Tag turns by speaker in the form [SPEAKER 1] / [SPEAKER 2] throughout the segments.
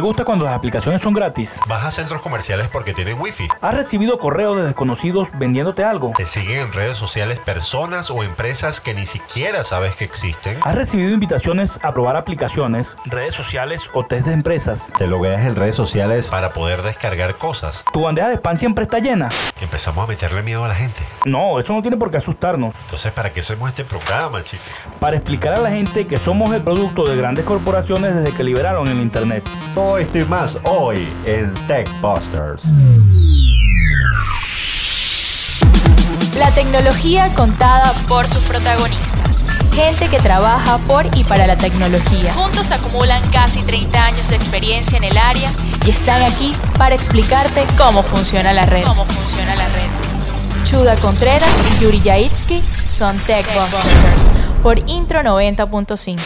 [SPEAKER 1] gusta cuando las aplicaciones son gratis?
[SPEAKER 2] Vas a centros comerciales porque tienen wifi.
[SPEAKER 1] ¿Has recibido correos de desconocidos vendiéndote algo?
[SPEAKER 2] Te siguen en redes sociales personas o empresas que ni siquiera sabes que existen.
[SPEAKER 1] ¿Has recibido invitaciones a probar aplicaciones, redes sociales o test de empresas?
[SPEAKER 2] Te logueas en redes sociales para poder descargar cosas.
[SPEAKER 1] ¿Tu bandeja de spam siempre está llena?
[SPEAKER 2] Empezamos a meterle miedo a la gente.
[SPEAKER 1] No, eso no tiene por qué asustarnos.
[SPEAKER 2] Entonces, ¿para qué hacemos este programa, chicos?
[SPEAKER 1] Para explicar a la gente que somos el producto de grandes corporaciones desde que liberaron el Internet.
[SPEAKER 2] Todo esto y más hoy en TechBusters.
[SPEAKER 3] La tecnología contada por sus protagonistas. Gente que trabaja por y para la tecnología. Juntos acumulan casi 30 años de experiencia en el área y están aquí para explicarte cómo funciona la red. Cómo funciona la red. Chuda Contreras y Yuri Yaitsky son Tech Busters por Intro 90.5.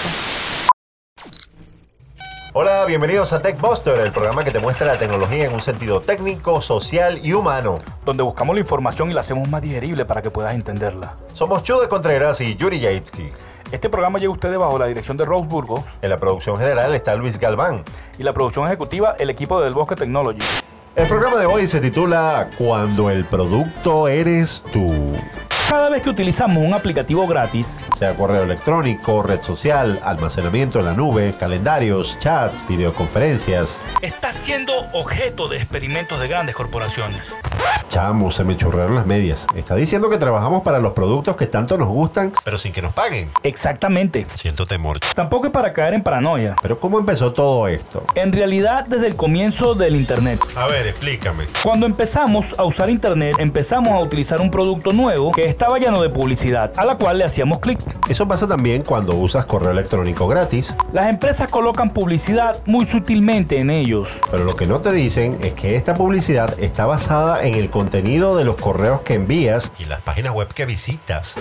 [SPEAKER 2] Hola, bienvenidos a TechBuster, el programa que te muestra la tecnología en un sentido técnico, social y humano.
[SPEAKER 1] Donde buscamos la información y la hacemos más digerible para que puedas entenderla.
[SPEAKER 2] Somos Chude Contreras y Yuri Yaitsky.
[SPEAKER 1] Este programa llega a ustedes bajo la dirección de Rose Burgos
[SPEAKER 2] En la producción general está Luis Galván.
[SPEAKER 1] y la producción ejecutiva el equipo de Del Bosque Technology.
[SPEAKER 2] El programa de hoy se titula Cuando el producto eres tú.
[SPEAKER 1] Cada vez que utilizamos un aplicativo gratis,
[SPEAKER 2] Sea correo electrónico, red social, almacenamiento en la nube, calendarios, chats, videoconferencias.
[SPEAKER 1] está siendo objeto de experimentos de grandes corporaciones.
[SPEAKER 2] Chamo, se me churraron las medias. Está diciendo que trabajamos para los productos que tanto nos gustan, pero sin que nos paguen.
[SPEAKER 1] Exactamente.
[SPEAKER 2] Siento temor.
[SPEAKER 1] Tampoco es para caer en paranoia.
[SPEAKER 2] Pero ¿cómo empezó todo esto?
[SPEAKER 1] En realidad, desde el comienzo del Internet.
[SPEAKER 2] A ver, explícame.
[SPEAKER 1] Cuando empezamos a usar Internet, empezamos a utilizar un producto nuevo que estaba lleno de publicidad, a la cual le hacíamos clic.
[SPEAKER 2] Eso pasa también cuando usas correo electrónico gratis,
[SPEAKER 1] Las empresas colocan publicidad muy sutilmente en ellos.
[SPEAKER 2] pero lo que no te dicen es que esta publicidad está basada en el contenido de los correos que envías y las páginas web que visitas.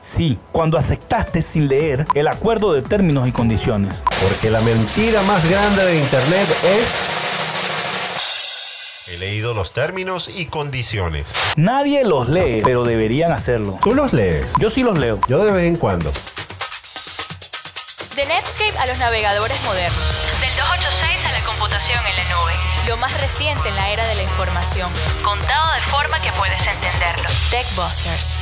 [SPEAKER 1] Sí, cuando aceptaste sin leer el acuerdo de términos y condiciones.
[SPEAKER 2] Porque la mentira más grande de Internet es... He leído los términos y condiciones.
[SPEAKER 1] Nadie los lee, pero deberían hacerlo.
[SPEAKER 2] Tú los lees.
[SPEAKER 1] Yo sí los leo.
[SPEAKER 2] Yo de vez en cuando.
[SPEAKER 3] De Netscape a los navegadores modernos.
[SPEAKER 4] Del 286 a la computación en la nube.
[SPEAKER 3] Lo más reciente en la era de la información.
[SPEAKER 4] Contado de forma que puedes entenderlo.
[SPEAKER 3] Techbusters.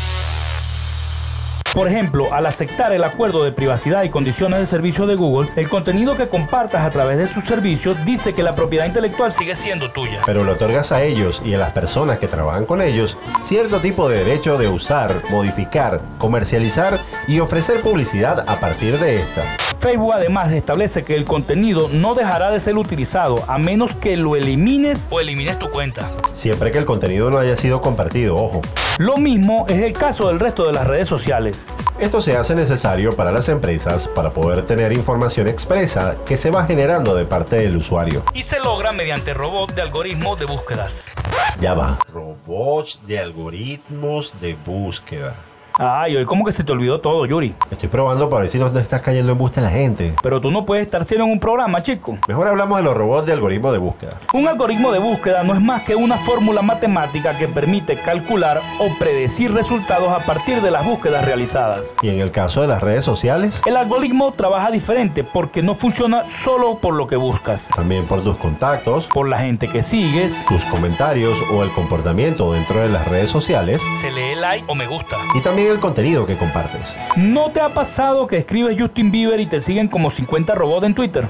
[SPEAKER 1] Por ejemplo, al aceptar el acuerdo de privacidad y condiciones de servicio de Google, el contenido que compartas a través de sus servicios dice que la propiedad intelectual sigue siendo tuya.
[SPEAKER 2] Pero le otorgas a ellos y a las personas que trabajan con ellos cierto tipo de derecho de usar, modificar, comercializar y ofrecer publicidad a partir de esta.
[SPEAKER 1] Facebook además establece que el contenido no dejará de ser utilizado a menos que lo elimines o elimines tu cuenta.
[SPEAKER 2] Siempre que el contenido no haya sido compartido, ojo.
[SPEAKER 1] Lo mismo es el caso del resto de las redes sociales.
[SPEAKER 2] Esto se hace necesario para las empresas para poder tener información expresa que se va generando de parte del usuario.
[SPEAKER 1] Y se logra mediante robot de algoritmos de búsquedas.
[SPEAKER 2] Ya va. Robots de algoritmos de búsqueda.
[SPEAKER 1] Ay, hoy como que se te olvidó todo, Yuri.
[SPEAKER 2] Estoy probando para ver si no te estás cayendo en busta la gente.
[SPEAKER 1] Pero tú no puedes estar siendo en un programa, chico.
[SPEAKER 2] Mejor hablamos de los robots de algoritmos de búsqueda.
[SPEAKER 1] Un algoritmo de búsqueda no es más que una fórmula matemática que permite calcular o predecir resultados a partir de las búsquedas realizadas.
[SPEAKER 2] Y en el caso de las redes sociales,
[SPEAKER 1] El algoritmo trabaja diferente porque no funciona solo por lo que buscas,
[SPEAKER 2] también por tus contactos,
[SPEAKER 1] por la gente que sigues,
[SPEAKER 2] tus comentarios o el comportamiento dentro de las redes sociales
[SPEAKER 1] se lee like o me gusta.
[SPEAKER 2] y también el contenido que compartes.
[SPEAKER 1] ¿No te ha pasado que escribes Justin Bieber y te siguen como 50 robots en Twitter?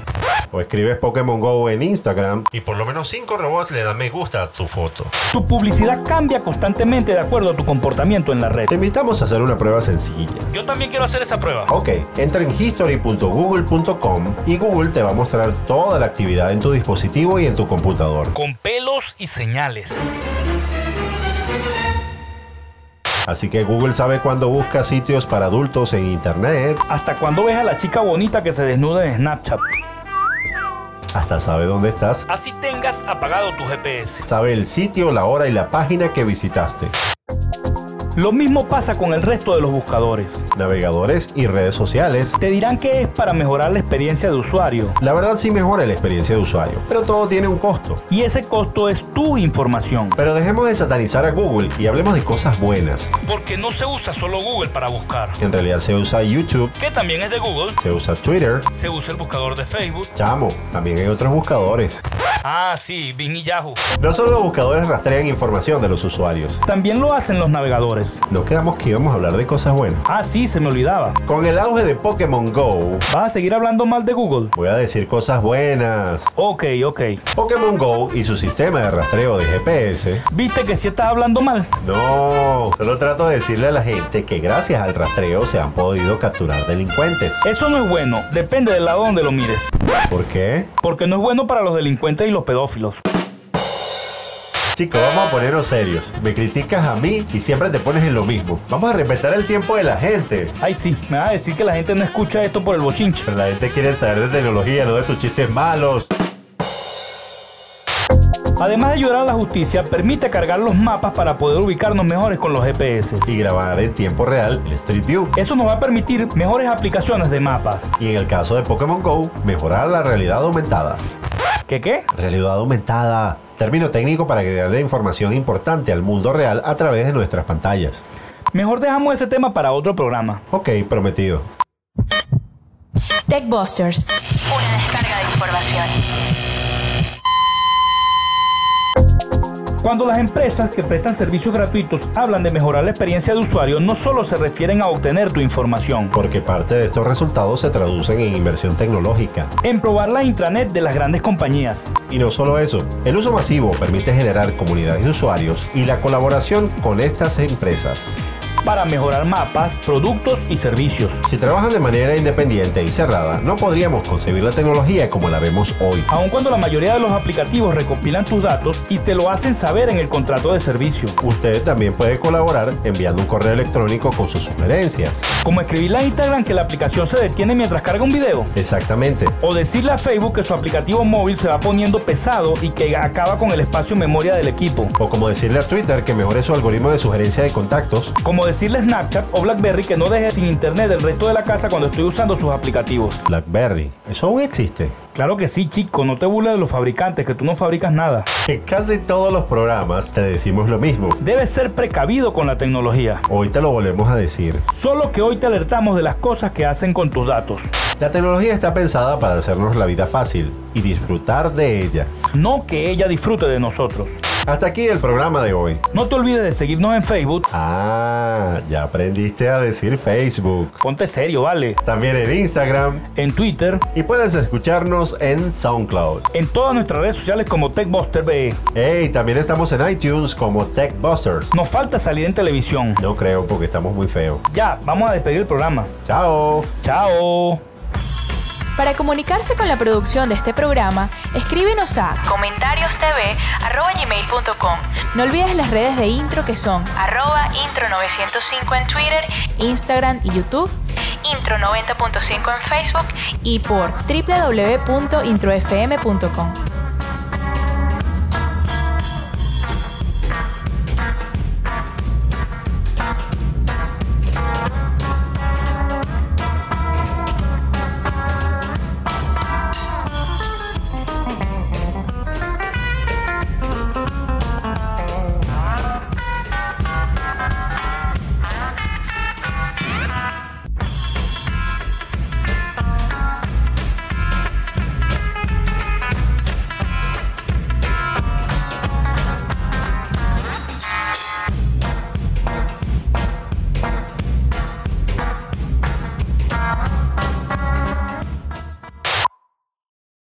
[SPEAKER 2] O escribes Pokémon Go en Instagram y por lo menos 5 robots le dan me gusta a tu foto.
[SPEAKER 1] Tu publicidad cambia constantemente de acuerdo a tu comportamiento en la red.
[SPEAKER 2] Te invitamos a hacer una prueba sencilla.
[SPEAKER 1] Yo también quiero hacer esa prueba.
[SPEAKER 2] Ok, entra en history.google.com y Google te va a mostrar toda la actividad en tu dispositivo y en tu computador.
[SPEAKER 1] Con pelos y señales.
[SPEAKER 2] Así que Google sabe cuándo busca sitios para adultos en Internet,
[SPEAKER 1] Hasta cuando ves a la chica bonita que se desnuda en Snapchat.
[SPEAKER 2] hasta sabe dónde estás,
[SPEAKER 1] Así tengas apagado tu GPS.
[SPEAKER 2] sabe el sitio, la hora y la página que visitaste.
[SPEAKER 1] Lo mismo pasa con el resto de los buscadores.
[SPEAKER 2] navegadores y redes sociales.
[SPEAKER 1] Te dirán que es para mejorar la experiencia de usuario.
[SPEAKER 2] La verdad sí mejora la experiencia de usuario, pero todo tiene un costo.
[SPEAKER 1] Y ese costo es tu información.
[SPEAKER 2] Pero dejemos de satanizar a Google y hablemos de cosas buenas.
[SPEAKER 1] Porque no se usa solo Google para buscar.
[SPEAKER 2] En realidad se usa YouTube,
[SPEAKER 1] Que también es de Google.
[SPEAKER 2] se usa Twitter.
[SPEAKER 1] Se usa el buscador de Facebook.
[SPEAKER 2] Chamo, también hay otros buscadores.
[SPEAKER 1] Ah, sí, Bing y Yahoo.
[SPEAKER 2] No solo los buscadores rastrean información de los usuarios.
[SPEAKER 1] También lo hacen los navegadores.
[SPEAKER 2] Nos quedamos que íbamos a hablar de cosas buenas.
[SPEAKER 1] Ah, sí, se me olvidaba.
[SPEAKER 2] Con el auge de Pokémon Go,
[SPEAKER 1] ¿Vas a seguir hablando mal de Google?
[SPEAKER 2] voy a decir cosas buenas.
[SPEAKER 1] Ok, ok.
[SPEAKER 2] Pokémon Go y su sistema de rastreo de GPS.
[SPEAKER 1] ¿Viste que sí estás hablando mal?
[SPEAKER 2] No, solo trato de decirle a la gente que gracias al rastreo se han podido capturar delincuentes.
[SPEAKER 1] Eso no es bueno, depende del lado donde lo mires.
[SPEAKER 2] ¿Por qué?
[SPEAKER 1] Porque no es bueno para los delincuentes y los pedófilos.
[SPEAKER 2] Chicos, vamos a ponernos serios. Me criticas a mí y siempre te pones en lo mismo. Vamos a respetar el tiempo de la gente.
[SPEAKER 1] Ay, sí, me vas a decir que la gente no escucha esto por el bochinche.
[SPEAKER 2] Pero la gente quiere saber de tecnología, no de tus chistes malos.
[SPEAKER 1] Además de ayudar a la justicia, permite cargar los mapas para poder ubicarnos mejores con los GPS.
[SPEAKER 2] Y grabar en tiempo real el Street View.
[SPEAKER 1] Eso nos va a permitir mejores aplicaciones de mapas.
[SPEAKER 2] Y en el caso de Pokémon Go, mejorar la realidad aumentada.
[SPEAKER 1] ¿Qué qué?
[SPEAKER 2] Realidad aumentada. Término técnico para agregar la información importante al mundo real a través de nuestras pantallas.
[SPEAKER 1] Mejor dejamos ese tema para otro programa.
[SPEAKER 2] Ok, prometido.
[SPEAKER 3] Techbusters.
[SPEAKER 4] Una descarga de información.
[SPEAKER 1] Cuando las empresas que prestan servicios gratuitos hablan de mejorar la experiencia de usuario, no solo se refieren a obtener tu información,
[SPEAKER 2] Porque parte de estos resultados se traducen en inversión tecnológica.
[SPEAKER 1] en probar la intranet de las grandes compañías.
[SPEAKER 2] Y no solo eso, el uso masivo permite generar comunidades de usuarios y la colaboración con estas empresas.
[SPEAKER 1] para mejorar mapas, productos y servicios.
[SPEAKER 2] Si trabajan de manera independiente y cerrada, no podríamos concebir la tecnología como la vemos hoy.
[SPEAKER 1] Aun cuando la mayoría de los aplicativos recopilan tus datos y te lo hacen saber en el contrato de servicio,
[SPEAKER 2] Usted también puede colaborar enviando un correo electrónico con sus sugerencias.
[SPEAKER 1] como escribirle a Instagram que la aplicación se detiene mientras carga un video,
[SPEAKER 2] Exactamente.
[SPEAKER 1] o decirle a Facebook que su aplicativo móvil se va poniendo pesado y que acaba con el espacio en memoria del equipo,
[SPEAKER 2] O como decirle a Twitter que mejore su algoritmo de sugerencia de contactos.
[SPEAKER 1] como decirle a Snapchat o BlackBerry que no deje sin internet el resto de la casa cuando estoy usando sus aplicativos.
[SPEAKER 2] Blackberry. Eso aún existe.
[SPEAKER 1] Claro que sí, chico, no te burles de los fabricantes, que tú no fabricas nada.
[SPEAKER 2] En casi todos los programas te decimos lo mismo.
[SPEAKER 1] Debes ser precavido con la tecnología.
[SPEAKER 2] Hoy te lo volvemos a decir.
[SPEAKER 1] Solo que hoy te alertamos de las cosas que hacen con tus datos.
[SPEAKER 2] La tecnología está pensada para hacernos la vida fácil y disfrutar de ella.
[SPEAKER 1] No que ella disfrute de nosotros.
[SPEAKER 2] Hasta aquí el programa de hoy.
[SPEAKER 1] No te olvides de seguirnos en Facebook.
[SPEAKER 2] Ah, ya aprendiste a decir Facebook.
[SPEAKER 1] Ponte serio, vale.
[SPEAKER 2] También en Instagram.
[SPEAKER 1] En Twitter,
[SPEAKER 2] Y puedes escucharnos en SoundCloud.
[SPEAKER 1] en todas nuestras redes sociales como TechBuster E. BE.
[SPEAKER 2] Hey, también estamos en iTunes como TechBusters.
[SPEAKER 1] Nos falta salir en televisión.
[SPEAKER 2] No creo porque estamos muy feos.
[SPEAKER 1] Ya, vamos a despedir el programa.
[SPEAKER 2] Chao.
[SPEAKER 1] Chao.
[SPEAKER 3] Para comunicarse con la producción de este programa, escríbenos a
[SPEAKER 4] Comentarios TV arroba gmail.com
[SPEAKER 3] No olvides las redes de intro que son
[SPEAKER 4] arroba intro 905 en Twitter,
[SPEAKER 3] Instagram y YouTube
[SPEAKER 4] intro 90.5 en Facebook
[SPEAKER 3] y por www.introfm.com.